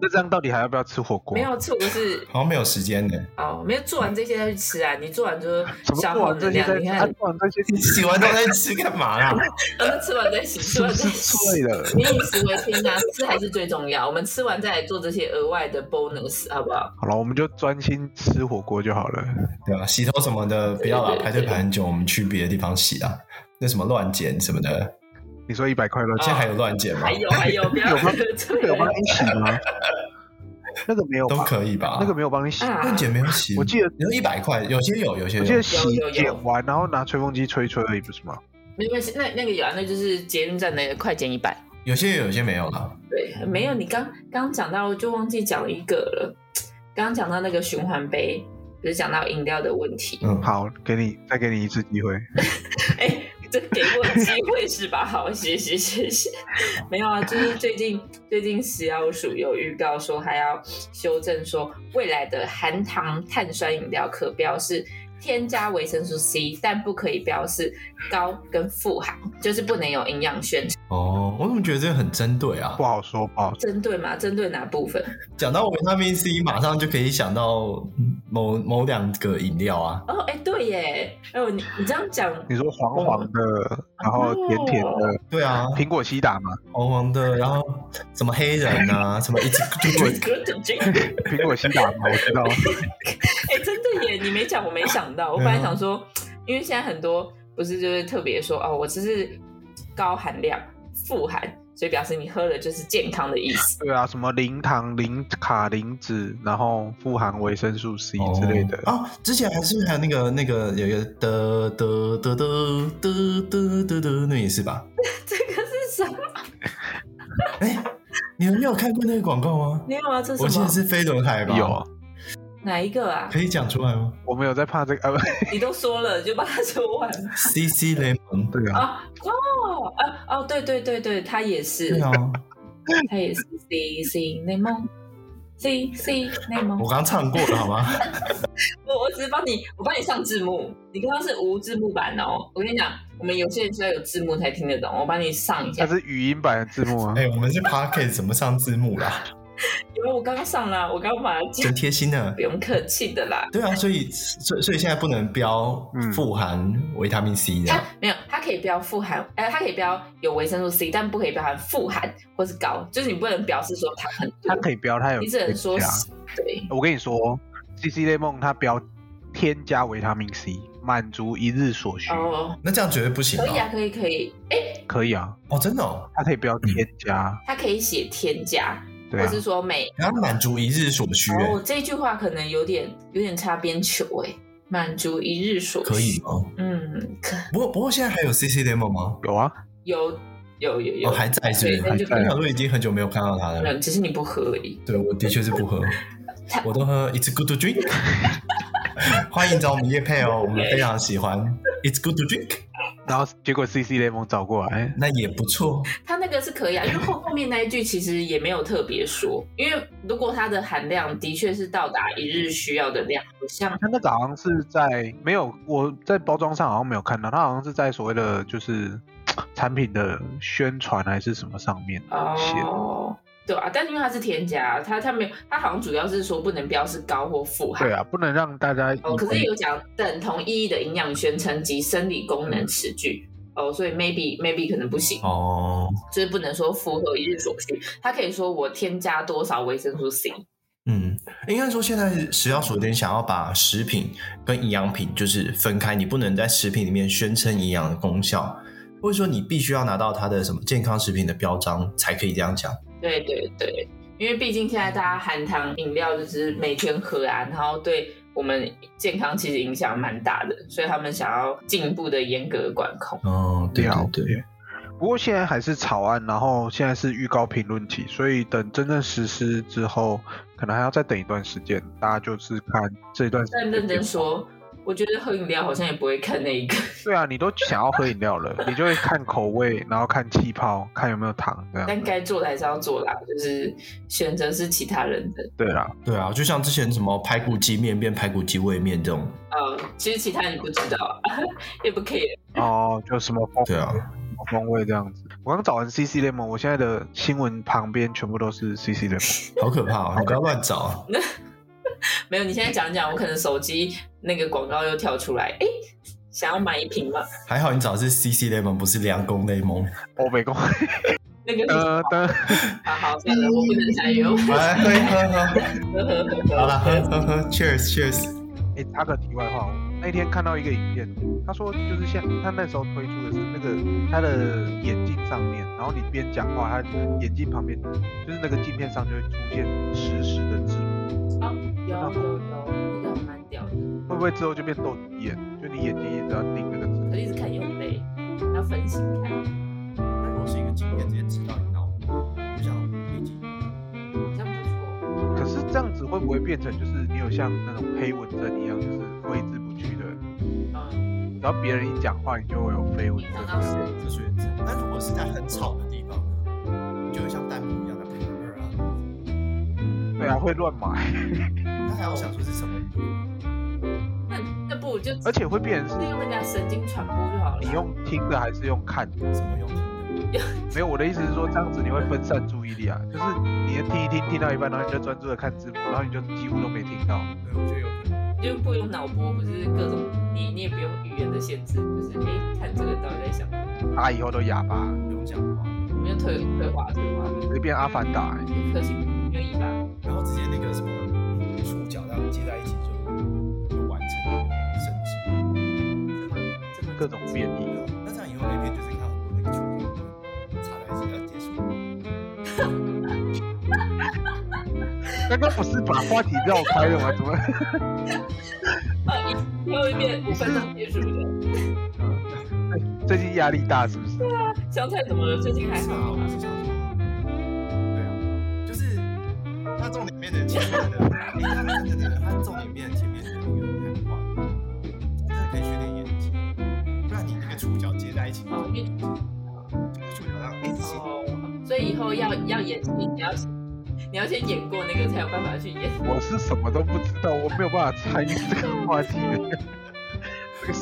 Speaker 1: 那这样到底还要不要吃火锅
Speaker 2: 没？有错，就是
Speaker 3: 像没有时间呢。
Speaker 2: 哦，没有做完这些再去吃啊。你做完就是
Speaker 1: 怎么
Speaker 2: 消
Speaker 1: 做
Speaker 2: 耗
Speaker 1: 完这
Speaker 2: 能
Speaker 1: 些
Speaker 2: 量
Speaker 1: 再，啊
Speaker 2: 你
Speaker 1: 他
Speaker 2: 看，
Speaker 1: 做完这些
Speaker 3: 你洗完之后再吃干嘛啦？
Speaker 2: 然后吃完再洗，吃
Speaker 1: 是
Speaker 2: 完
Speaker 1: 不是
Speaker 2: 再 洗。
Speaker 1: 醉了？
Speaker 2: 民以食为天啊，吃还是最重要。我们吃完再来做这些额外的 bonus，好不好？
Speaker 1: 好了，我们就专心吃火锅就好了。
Speaker 3: 对啊，洗头什么的不要啦，排队排很久，我们去别的地方洗啊。那什么乱剪什么的，
Speaker 1: 你说一百块了，
Speaker 3: 现在还有乱剪吗
Speaker 2: 还？有还有，不要
Speaker 1: 啊有吗
Speaker 2: 喝醉
Speaker 1: 有帮
Speaker 2: 了。
Speaker 1: 你洗吗？那个没有吧，
Speaker 3: 都可以吧？
Speaker 1: 那个没有帮你洗。
Speaker 2: 啊
Speaker 3: 乱剪没有洗，
Speaker 1: 我记得
Speaker 3: 你说一百块，有些有，有些
Speaker 1: 我记得
Speaker 3: 有。
Speaker 1: 洗
Speaker 2: 有有有
Speaker 1: 剪完，然后拿吹风机吹一吹而已，不是吗？
Speaker 2: 没关系，那那个有啊，那就是捷运站的快减一百。
Speaker 3: 有些有，有些没有啦。
Speaker 2: 对，没有你刚刚讲到，就忘记讲一个了。刚刚讲到那个循环杯，就是讲到饮料的问题。
Speaker 3: 嗯，，
Speaker 1: 好，给你再给你一次机会。
Speaker 2: 哎、这给我机会是吧？好，谢谢谢谢。没有啊，就是最近最近食药署有预告说，还要修正说，未来的含糖碳酸饮料可标示添加维生素 C，但不可以标示高跟富含，就是不能有营养宣称。
Speaker 3: 哦，我怎么觉得这个很针对啊
Speaker 1: 不？好说，不好说。
Speaker 2: 针对吗？针对哪部分？
Speaker 3: 讲到维他命 C，马上就可以想到某某两个饮料啊。
Speaker 2: 哦，哎、对耶，哎呦，你你这样讲，
Speaker 1: 你说黄黄的，然后甜甜的，
Speaker 3: 对啊，
Speaker 1: 苹果西打嘛，
Speaker 3: 黄黄的，然后什么黑人啊，什么一直嘟嘟
Speaker 1: 苹果西打 嘛，我知道。
Speaker 2: 哎、真的耶！你没讲，我没想到。我本来
Speaker 3: 嗯
Speaker 2: 想说，因为现在很多不是就是特别说哦，我这是高含量、富含，所以表示你喝了就是健康的意思。
Speaker 1: 对啊，什么零糖、零卡、零脂，然后富含维生素 C
Speaker 3: 哦
Speaker 1: 之类的。
Speaker 3: 啊。之前还是还有那个那个有一个的的的的的的的的，那也是吧？
Speaker 2: 这个是什么？
Speaker 3: 哎，你们没有看过那个广告吗？
Speaker 2: 没有啊，这是什
Speaker 3: 我记得
Speaker 2: 么？
Speaker 3: 是飞轮海吧？
Speaker 1: 有，啊
Speaker 2: 哪一个啊
Speaker 3: 可？以讲出来吗
Speaker 1: 我们有在怕这个，呃，
Speaker 2: 你都说了，就把它说 完吧。
Speaker 3: ？C C 雷 蒙，
Speaker 1: 对啊，
Speaker 2: 啊哦啊哦，对对对对，它也是
Speaker 3: 对，啊，
Speaker 2: 它也是 C C 内蒙，C C 内蒙
Speaker 3: 我。刚唱过了，好吗？
Speaker 2: 我我只是帮你，我帮你上字幕。你刚刚是无字幕版哦。我跟你讲，我们有些人需要有字幕才听得懂，我帮你上一
Speaker 1: 它
Speaker 2: 下。
Speaker 1: 是语音版的字幕啊
Speaker 3: 哎、。我们是 Pocket 怎么上字幕啦？
Speaker 2: 因为我刚刚上了，我刚刚把它讲
Speaker 3: 真，贴心呢
Speaker 2: 不。用客气的啦。
Speaker 3: 对啊，所以所以所以现在不能标
Speaker 1: 嗯
Speaker 3: 富含维他命 C 的
Speaker 2: 它，没有，它可以标富含，呃，它可以标有维生素 C，但不可以标含富含或是高，就是你不能表示说它很多
Speaker 1: 它，可以标，它有
Speaker 2: 你只能说
Speaker 1: 加
Speaker 2: 是对。
Speaker 1: 我跟你说，C 哦 C 类梦它标添加维他命 C，满足一日所需，
Speaker 2: 哦，
Speaker 3: 那这样绝对不行
Speaker 2: 可以啊，
Speaker 3: 啊！
Speaker 2: 可以可以，哎，
Speaker 1: 可以啊，
Speaker 3: 哦，真的、哦，
Speaker 1: 它可以标添加，
Speaker 2: 它可以写添加，
Speaker 1: 对
Speaker 2: 或
Speaker 1: 啊
Speaker 2: 是，说每。
Speaker 3: 然后满足一日所需、
Speaker 2: 哦，
Speaker 3: 哎
Speaker 2: 我这句话可能有点有点擦边球哎、满足一日所需。
Speaker 3: 欸可以吗？
Speaker 2: 嗯，可
Speaker 3: 不过不过现在还有 CC Lemon 吗？
Speaker 1: 有啊，
Speaker 2: 有有有有、
Speaker 3: 哦，还在是不是？
Speaker 2: 对那就
Speaker 1: 还在
Speaker 3: 我想说已经很久没有看到他了。
Speaker 2: 嗯，只是你不喝而已。
Speaker 3: 对，我的确是不喝
Speaker 2: 他，
Speaker 3: 我都喝 It's good to drink。欢迎找我们叶配哦，我们非常喜欢 It's good to drink，
Speaker 1: 然后结果 CC 联盟找过来，
Speaker 3: 那也不错。
Speaker 2: 他那个是可以啊，因为后后面那一句其实也没有特别说，因为如果它的含量的确是到达一日需要的量，好像
Speaker 1: 他那个好像是在没有我在包装上好像没有看到，他好像是在所谓的就是产品的宣传还是什么上面写的。
Speaker 2: 哦，对啊，但是因为它是添加，它它没有，它好像主要是说不能标示高或富含。
Speaker 1: 对啊，不嗯能让大家以
Speaker 2: 哦，可
Speaker 1: 为
Speaker 2: 是有讲等同意义的营养宣称及生理功能词句。哦，所以 maybe maybe 可能不行，
Speaker 3: 哦，
Speaker 2: 就是不能说符合一日所需，它可以说我添加多少维生素 C，
Speaker 3: 嗯，应该说现在食药所店想要把食品跟营养品就是分开，你不能在食品里面宣称营养的功效，或者说你必须要拿到它的什么健康食品的标章才可以这样讲。
Speaker 2: 对对对，因为毕竟现在大家含糖饮料就是每天喝啊，然后对我们健康其实影响蛮大的，所以他们想要进一步的严格管控。
Speaker 3: 哦，对
Speaker 1: 了
Speaker 3: 对对，
Speaker 1: 解。不过现在还是草案，然后现在是预告评论期，所以等真正实施之后，可能还要再等一段时间。大家就是看这一段时
Speaker 2: 但
Speaker 1: 间。
Speaker 2: 认真说，我觉得喝饮料好像也不会看那一个，
Speaker 1: 对啊，你都想要喝饮料了，你就会看口味，然后看气泡，看有没有糖这
Speaker 2: 但
Speaker 1: 样。
Speaker 2: 该做的还是要做啦，就是选择是其他人的。
Speaker 1: 对啦，
Speaker 3: 对啊，就像之前什么排骨鸡面变排骨鸡味面这种，
Speaker 2: 呃，其实其他人不知道， 也不 care。
Speaker 1: 哦，就什么风
Speaker 3: 对啊，
Speaker 1: 什么风味这样子。我刚找完 CC Lemon，我现在的新闻旁边全部都是 CC Lemon。
Speaker 3: 好可怕哦！你不要乱找，
Speaker 2: 没有，你现在讲一讲，我可能手机那个广告又跳出来，哎，想要买一瓶吗？
Speaker 3: 还好你找的是 CC Lemon，不是良工 Lemon。
Speaker 1: 欧美公，
Speaker 2: 那个是
Speaker 1: 呃，等
Speaker 2: 啊，好，算了，我不能参与。我
Speaker 3: 来，喝一哎喝喝，
Speaker 2: 呵呵呵
Speaker 3: 好了，喝喝喝，Cheers Cheers。
Speaker 1: 哎，插个题外话，我那天看到一个影片，他说就是像他那时候推出的是那个他的眼镜上面，然后你边讲话，他眼镜旁边就是那个镜片上就会出现实时的字幕，
Speaker 2: 有有有，那个蛮屌的，
Speaker 1: 会不会之后就变豆子眼？就你眼睛一直要盯那个字幕
Speaker 2: 可是一直看也很累，要分心看，
Speaker 3: 那如果是一个镜片直接吃到你脑，就像笔记。
Speaker 2: 好像不错。
Speaker 1: 可是这样子会不会变成就是你有像那种黑蚊症一样，就是挥之不去的？
Speaker 2: 嗯，
Speaker 1: 只要别人一讲话，你就会有飞蚊
Speaker 2: 影响到
Speaker 1: 症。
Speaker 2: 是
Speaker 3: 这是原则。那如果是在很吵的地方呢，就会像弹幕一样的喷儿啊，
Speaker 1: 对啊，会乱买，
Speaker 3: 他还要想说是什么。
Speaker 2: 那那不如就
Speaker 1: 而且会变成
Speaker 2: 利
Speaker 1: 是
Speaker 2: 用那个神经传播就好了。
Speaker 1: 你用听的还是用看的？
Speaker 3: 什么用听
Speaker 1: 没有，我的意思是说，这样子你会分散注意力啊，就是你的听一听，听到一半，然后你就专注的看字幕，然后你就几乎都没听到。
Speaker 3: 的？对，我觉得有可能。
Speaker 2: 就不用脑波，不是各种你你也不用语言的限制，就是哎、诶看这个到底在想什么，
Speaker 1: 他啊以后都哑巴，
Speaker 3: 不用讲话，
Speaker 2: 我们就退退化退化，
Speaker 1: 随便阿凡达、欸。
Speaker 2: 有颗星有尾巴，
Speaker 3: 然后直接那个什么触角这样接在一起就就完成了升级。
Speaker 2: 这么这么
Speaker 1: 各种变异。
Speaker 3: 啊那这样以后 A 片就是看很多那个触角插在一起要结束。
Speaker 1: 刚刚不是把话题绕开了吗？怎么？
Speaker 2: 啊，最后一遍五分钟结束了。
Speaker 1: 最近压力大是不是？
Speaker 2: 香菜怎么了？最近还
Speaker 3: 是
Speaker 2: 好
Speaker 3: 啊，
Speaker 2: 吗
Speaker 3: 我？是想说，对啊，就是它重点变成前面的，你看它真的，它重点变成前面的那个谈话，真的可以训练眼睛，不然你那个触角接在一起，
Speaker 2: 哦，因为
Speaker 3: 触角上一直接。
Speaker 2: 哦，所以以后要要演戏，你要先你要先演过那个，才有办法去演。
Speaker 1: 我是什么都不知道，我没有办法参与这个话题的。这个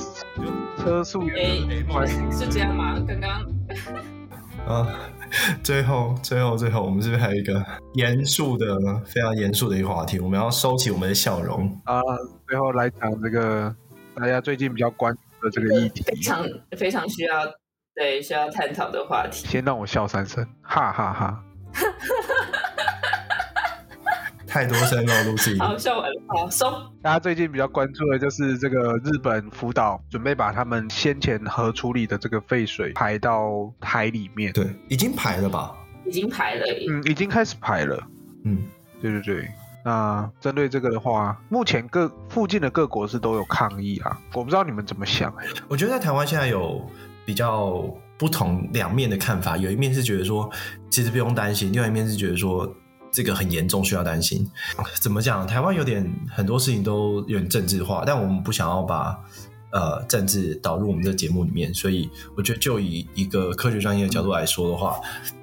Speaker 1: 车速也是没关系。
Speaker 2: 是这样吗？刚刚
Speaker 3: 啊，最后，最后，最后，我们这边还有一个严肃的、非常严肃的一个话题，我们要收起我们的笑容。
Speaker 1: 啊，最后来讲这个大家最近比较关注的这个议题，
Speaker 2: 非常非常需要对需要探讨的话题。
Speaker 1: 先让我笑三声，哈哈哈！
Speaker 3: 太多声了，Lucy。
Speaker 1: 嗯
Speaker 2: 好，笑完了，好松。
Speaker 1: 大家最近比较关注的就是这个日本福岛准备把他们先前核处理的这个废水排到海里面，嗯
Speaker 3: 对，已经排了吧？
Speaker 2: 已经排了，
Speaker 1: 嗯，已经开始排了，
Speaker 3: 嗯，
Speaker 1: 对对对，那针对这个的话，目前各附近的各国是都有抗议啊，我不知道你们怎么想、欸。
Speaker 3: 我觉得在台湾现在有比较不同两面的看法，有一面是觉得说其实不用担心，另外一面是觉得说这个很严重，需要担心。怎么讲？台湾有点很多事情都有点政治化，但我们不想要把呃政治导入我们的节目里面，所以我觉得就以一个科学专业的角度来说的话。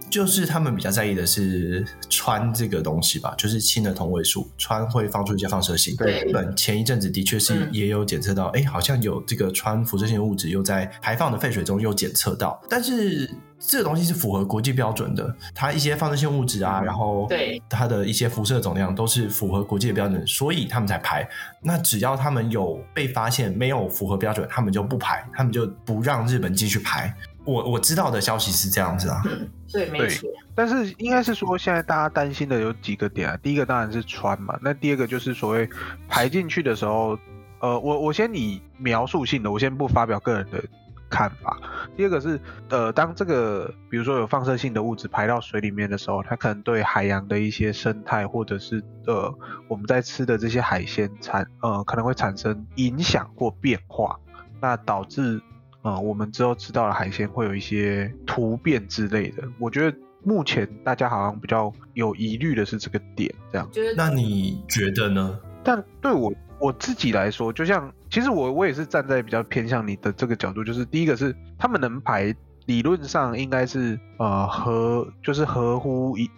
Speaker 3: 就是他们比较在意的是氚这个东西吧，就是氢的同位素，氚会放出一些放射性。
Speaker 2: 对
Speaker 3: 本前一阵子的确是
Speaker 2: 嗯
Speaker 3: 也有检测到，哎、好像有这个氚辐射性物质又在排放的废水中又检测到，但是这个东西是符合国际标准的，它一些放射性物质啊，
Speaker 1: 嗯
Speaker 3: 然后
Speaker 2: 对
Speaker 3: 它的一些辐射总量都是符合国际的标准，所以他们才排。那只要他们有被发现没有符合标准，他们就不排，他们就不让日本继续排。我我知道的消息是这样子啊，
Speaker 2: 嗯对，没
Speaker 1: 对
Speaker 2: 错，
Speaker 1: 但是应该是说，现在大家担心的有几个点啊。第一个当然是穿嘛，那第二个就是所谓排进去的时候，呃，我我先以描述性的，我先不发表个人的看法。第二个是，呃，当这个比如说有放射性的物质排到水里面的时候，它可能对海洋的一些生态或者是呃我们在吃的这些海鲜产呃可能会产生影响或变化，那导致呃，我们之后吃到的海鲜会有一些突变之类的。我觉得目前大家好像比较有疑虑的是这个点，这样。
Speaker 2: 就是
Speaker 3: 那你觉得呢？
Speaker 1: 但对我我自己来说，就像其实我我也是站在比较偏向你的这个角度，就是第一个是他们能排，理论上应该是呃合就是合乎一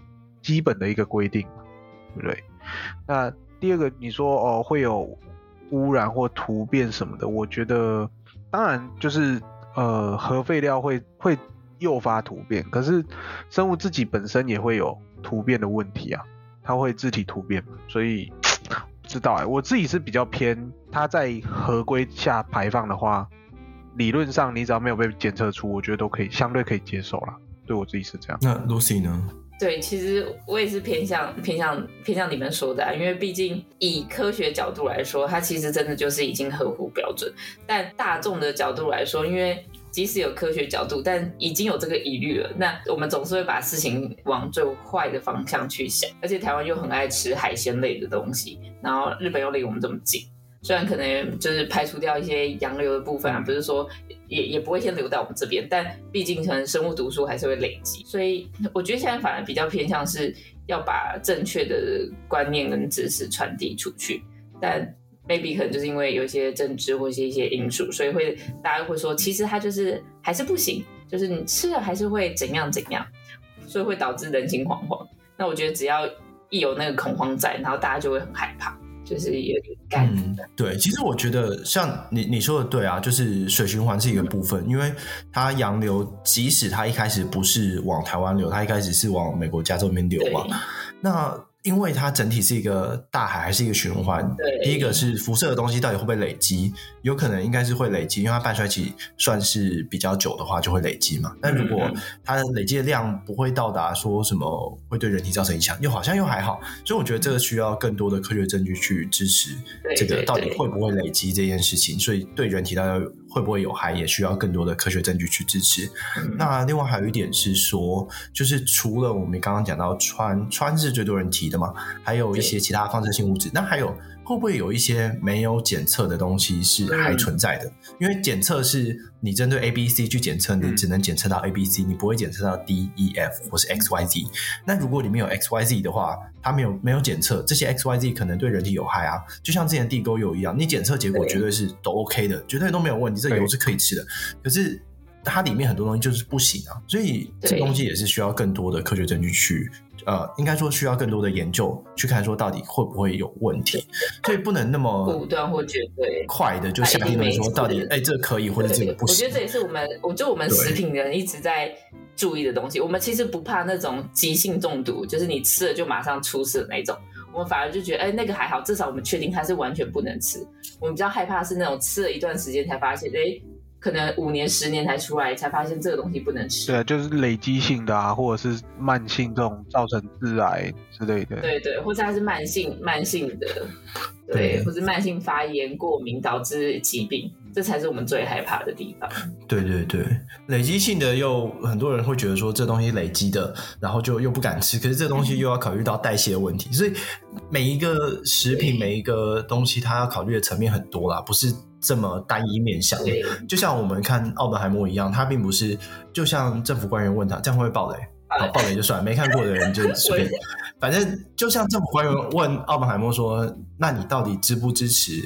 Speaker 1: 基本的一个规定嘛，对不对？那第二个你说哦会有污染或突变什么的，我觉得当然就是呃核废料会会诱发突变，可是生物自己本身也会有突变的问题啊。它会自体突变嘛，所以不知道哎、我自己是比较偏它在合规下排放的话，理论上你只要没有被检测出，我觉得都可以相对可以接受啦。对我自己是这样，
Speaker 3: 那 Lucy 呢？
Speaker 2: 对，其实我也是偏向偏向偏向你们说的、啊，因为毕竟以科学角度来说，它其实真的就是已经合乎标准。但大众的角度来说，因为即使有科学角度，但已经有这个疑虑了，那我们总是会把事情往最坏的方向去想。而且台湾又很爱吃海鲜类的东西，然后日本又离我们这么近，虽然可能就是排除掉一些洋流的部分啊，不是说也也不会先流到我们这边，但毕竟可能生物毒素还是会累积，所以我觉得现在反而比较偏向是要把正确的观念跟知识传递出去，但 maybe 可能就是因为有一些政治或是一些因素，所以会大家会说，其实它就是还是不行，就是你吃了还是会怎样怎样，所以会导致人心惶惶。那我觉得只要一有那个恐慌在，然后大家就会很害怕，就是有点干。
Speaker 3: 嗯，对，其实我觉得像你你说的对啊，就是水循环是一个部分，因为它洋流即使它一开始不是往台湾流，它一开始是往美国加州那边流
Speaker 2: 对
Speaker 3: 嘛，那因为它整体是一个大海，还是一个循环。
Speaker 2: 对
Speaker 3: 第一个是辐射的东西到底会不会累积，有可能应该是会累积，因为它半衰期算是比较久的话就会累积嘛。但如果
Speaker 2: 嗯
Speaker 3: 它累积的量不会到达说什么会对人体造成影响，又好像又还好，所以我觉得这个需要更多的科学证据去支持
Speaker 2: 对
Speaker 3: 这个
Speaker 2: 对
Speaker 3: 到底
Speaker 2: 对
Speaker 3: 会不会累积这件事情，所以对人体到底会不会有害，也需要更多的科学证据去支持。
Speaker 2: 嗯
Speaker 3: 那另外还有一点是说，就是除了我们刚刚讲到氚，氚是最多人提的嘛，还有一些其他放射性物质。那还有会不会有一些没有检测的东西是还
Speaker 1: 嗯
Speaker 3: 存在的？因为检测是你针对 A、B、C 去检测，你
Speaker 1: 嗯
Speaker 3: 只能检测到 A、B、C，你不会检测到 D、E、F 或是 X、Y、Z。那如果里面有 X、Y、Z 的话，它没有没有检测，这些 X、Y、Z 可能对人体有害啊。就像之前地沟油一样，你检测结果
Speaker 2: 对
Speaker 3: 绝对是都 OK 的，绝对都没有问题，这
Speaker 1: 对
Speaker 3: 油是可以吃的。可是它里面很多东西就是不行啊，所以这
Speaker 2: 对
Speaker 3: 东西也是需要更多的科学证据去，呃，应该说需要更多的研究去看说到底会不会有问题，所以不能那
Speaker 2: 不
Speaker 3: 么
Speaker 2: 断或绝对。
Speaker 3: 快的就下定论说到底，哎、这可以或者这个
Speaker 2: 对，
Speaker 3: 不
Speaker 2: 我觉
Speaker 3: 行
Speaker 2: 得。这也是我们，我觉得我们
Speaker 3: 对
Speaker 2: 食品人一直在注意的东西。我们其实不怕那种急性中毒，就是你吃了就马上出事的那种。我们反而就觉得，哎、那个还好，至少我们确定它是完全不能吃。我们比较害怕是那种吃了一段时间才发现，哎、可能五年、十年才出来，才发现这个东西不能吃。
Speaker 1: 对啊，就是累积性的啊，或者是慢性这种造成致癌之类的。
Speaker 2: 对对，或者它是慢性慢性的，对，
Speaker 3: 对
Speaker 2: 或是慢性发炎、过敏导致疾病，这才是我们最害怕的地方。
Speaker 3: 对对对，累积性的又很多人会觉得说这东西累积的，然后就又不敢吃。可是这
Speaker 2: 嗯
Speaker 3: 东西又要考虑到代谢问题，所以每一个食品、
Speaker 2: 对
Speaker 3: 每一个东西，它要考虑的层面很多啦，不是这么单一面向。
Speaker 2: 对，
Speaker 3: 就像我们看奥本海默一样，他并不是就像政府官员问他这样会不会爆雷，
Speaker 2: 爆
Speaker 3: 好
Speaker 2: 雷
Speaker 3: 爆雷就算，没看过的人就随便。反正就像政府官员问奥本海默说：“那你到底支不支持、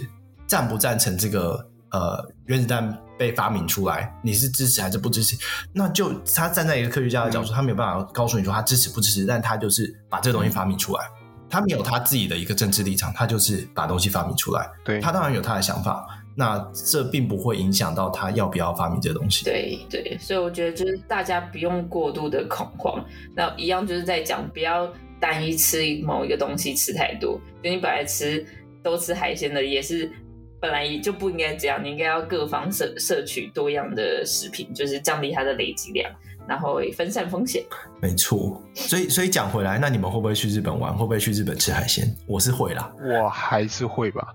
Speaker 3: 赞不赞成这个呃原子弹被发明出来？你是支持还是不支持？”那就他站在一个科学家的角度，他没有办法告诉你说他支持不支持，但他就是把这个东西发明出来。他没有他自己的一个政治立场，他就是把东西发明出来。
Speaker 1: 对，
Speaker 3: 他当然有他的想法，那这并不会影响到他要不要发明这个东西。
Speaker 2: 对对，所以我觉得就是大家不用过度的恐慌，那一样就是在讲不要单一吃某一个东西吃太多，就你本来吃都吃海鲜的也是。本来也就不应该这样，你应该要各方摄摄取多样的食品，就是降低它的累积量，然后分散风险。
Speaker 3: 没错，所以所以讲回来，那你们会不会去日本玩？会不会去日本吃海鲜？我是会啦。
Speaker 1: 我还是会吧。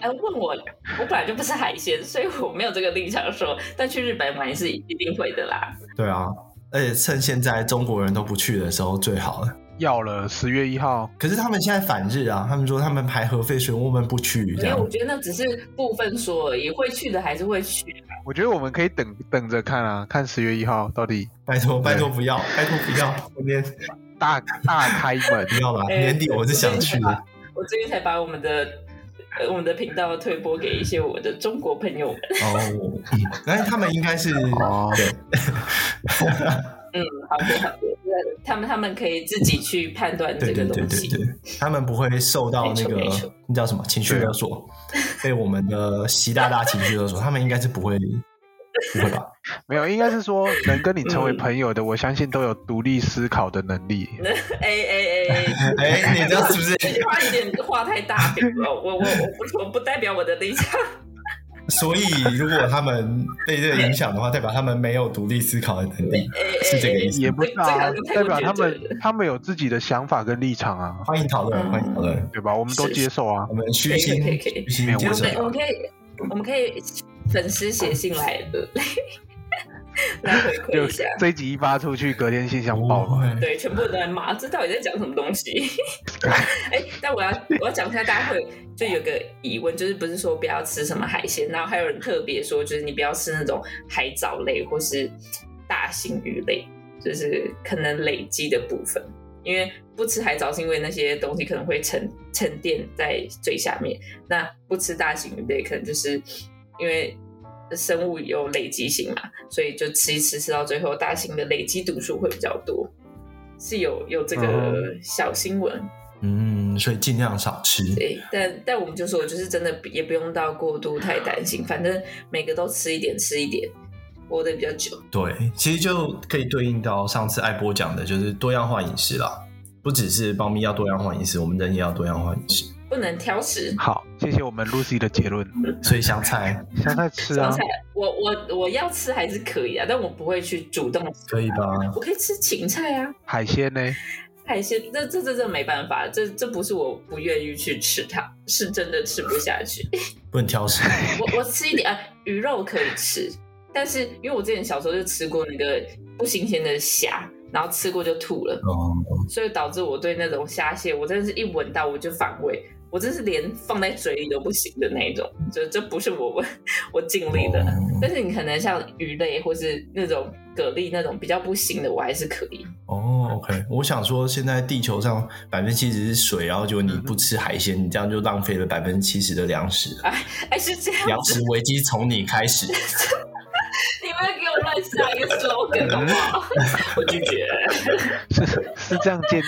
Speaker 2: 哎，问我，我本来就不吃海鲜，所以我没有这个立场说，但去日本玩是一定会的啦。
Speaker 3: 对啊，而且趁现在中国人都不去的时候最好了。
Speaker 1: 要了，十月一号，
Speaker 3: 可是他们现在反日啊，他们说他们排核废水，我们不去这
Speaker 2: 因为
Speaker 3: 样
Speaker 2: 我。觉得那只是部分说而已，会去的还是会去。
Speaker 1: 我觉得我们可以等等着看啊，看十月一号到底
Speaker 3: 拜托拜托不要，拜托不要，我年
Speaker 1: 大大开门
Speaker 3: 不要啦，
Speaker 2: 哎
Speaker 3: 年底我是想去的。
Speaker 2: 我最近才把我们的呃我们的频道推播给一些我的中国朋友们。
Speaker 3: 哦，我嗯但是他们应该是
Speaker 1: 哦。
Speaker 3: 对
Speaker 2: 嗯，好的好的，那他们他们可以自己去判断
Speaker 3: 对
Speaker 2: 这
Speaker 3: 对
Speaker 2: 个
Speaker 3: 对
Speaker 2: 东
Speaker 3: 对
Speaker 2: 西。
Speaker 3: 对，他们不会受到那个
Speaker 2: 没错没错
Speaker 3: 那叫什么情绪勒索，被我们的习大大情绪勒索，他们应该是不会，不 会吧？
Speaker 1: 没有，应该是说能跟你成
Speaker 2: 嗯
Speaker 1: 为朋友的，我相信都有独立思考的能 力。
Speaker 2: 哎哎哎哎，
Speaker 3: 哎，你这样是不
Speaker 2: 这
Speaker 3: 是？
Speaker 2: 句话有点画太大饼了，我我我不我不代表我的立场。
Speaker 3: 所以如果他们被这个影响的话，代表他们没有独立思考的能力，
Speaker 2: 哎哎
Speaker 3: 是这个意思。
Speaker 1: 也不是啊，
Speaker 2: 这
Speaker 1: 代
Speaker 2: 个
Speaker 1: 表
Speaker 2: 好
Speaker 1: 他
Speaker 2: 像太过绝对
Speaker 1: 们他们有自己的想法跟立场啊，
Speaker 3: 欢迎讨论，
Speaker 2: 嗯
Speaker 3: 欢迎讨论，
Speaker 1: 对吧？我们都
Speaker 2: 是
Speaker 1: 接受啊
Speaker 3: 我。们
Speaker 2: 可
Speaker 3: 虚
Speaker 2: 以可
Speaker 3: 心
Speaker 2: 以可以可以
Speaker 3: 虚心
Speaker 1: 没有
Speaker 3: 接
Speaker 2: 我
Speaker 3: 受
Speaker 2: 们。我们可以，我们可以粉丝写信来的，来回馈一下。
Speaker 1: 这一集一发出去，隔天信箱爆
Speaker 3: 不
Speaker 1: 了。
Speaker 3: 会
Speaker 2: 对，全部都在骂，这到底在讲什么东西？哎、但我要我要讲一下，大家会就有个疑问，就是不是说不要吃什么海鲜，然后还有人特别说，就是你不要吃那种海藻类或是大型鱼类，就是可能累积的部分。因为不吃海藻是因为那些东西可能会沉沉淀在最下面，那不吃大型鱼类可能就是因为生物有累积性嘛，所以就吃一吃吃到最后，大型的累积毒素会比较多，是有有这个
Speaker 1: 嗯
Speaker 2: 小新闻。
Speaker 3: 嗯，所以尽量少吃。
Speaker 2: 对，但但我们就说，就是真的也不用到过度太担心，反正每个都吃一点，吃一点，活得比较久。
Speaker 3: 对，其实就可以对应到上次艾波讲的，就是多样化饮食啦。不只是猫咪要多样化饮食，我们人也要多样化饮食。
Speaker 2: 不能挑食。
Speaker 1: 好，谢谢我们 Lucy 的结论。
Speaker 3: 所以香菜
Speaker 1: 香菜吃
Speaker 2: 香
Speaker 1: 啊
Speaker 2: 菜，，我我我要吃还是可以啊，但我不会去主动吃。
Speaker 3: 可以吧？
Speaker 2: 我可以吃芹菜啊，
Speaker 1: 海鲜呢？
Speaker 2: 海鲜，这这这这没办法，这这不是我不愿意去吃它，是真的吃不下去。
Speaker 3: 不能挑食。
Speaker 2: 我我吃一点啊，鱼肉可以吃，但是因为我之前小时候就吃过那个不新鲜的虾，然后吃过就吐了，
Speaker 3: 哦，
Speaker 2: 所以导致我对那种虾蟹，我真的是一闻到我就反胃，我真是连放在嘴里都不行的那一种，就这不是我我 我尽力的。
Speaker 3: 哦
Speaker 2: 但是你可能像鱼类或是那种蛤蜊那种比较不行的，我还是可以。
Speaker 3: 哦，OK，我想说，现在地球上百分之七十是水，然后结果你不吃海鲜，你这样就浪费了百分之七十的粮食，
Speaker 2: 哎，是这样
Speaker 3: 粮
Speaker 2: 子，
Speaker 3: 食危机从你开始。
Speaker 2: 你们给我乱下一个 slogan。梗好不好？ 我拒绝。
Speaker 1: 是是这样解，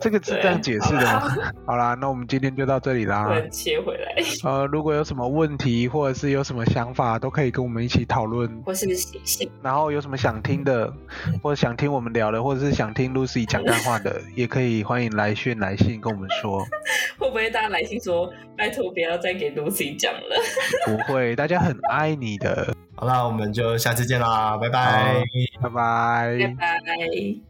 Speaker 1: 这个是这样解释的吗？ 好啦，那我们今天就到这里啦
Speaker 2: 我。们切回来，
Speaker 1: 呃，如果有什么问题或者是有什么想法，都可以跟我们一起讨论。
Speaker 2: 或是写信，
Speaker 1: 然后有什么想听的，
Speaker 2: 嗯
Speaker 1: 或者想听我们聊的，或者是想听 Lucy 讲干话的，也可以欢迎来讯来信跟我们说。
Speaker 2: 会不会大家来信说，拜托不要再给 Lucy 讲了？
Speaker 1: 不会，大家很爱你的。
Speaker 3: 好啦，我们就下次见啦，拜拜。
Speaker 1: 好拜拜
Speaker 2: 拜拜。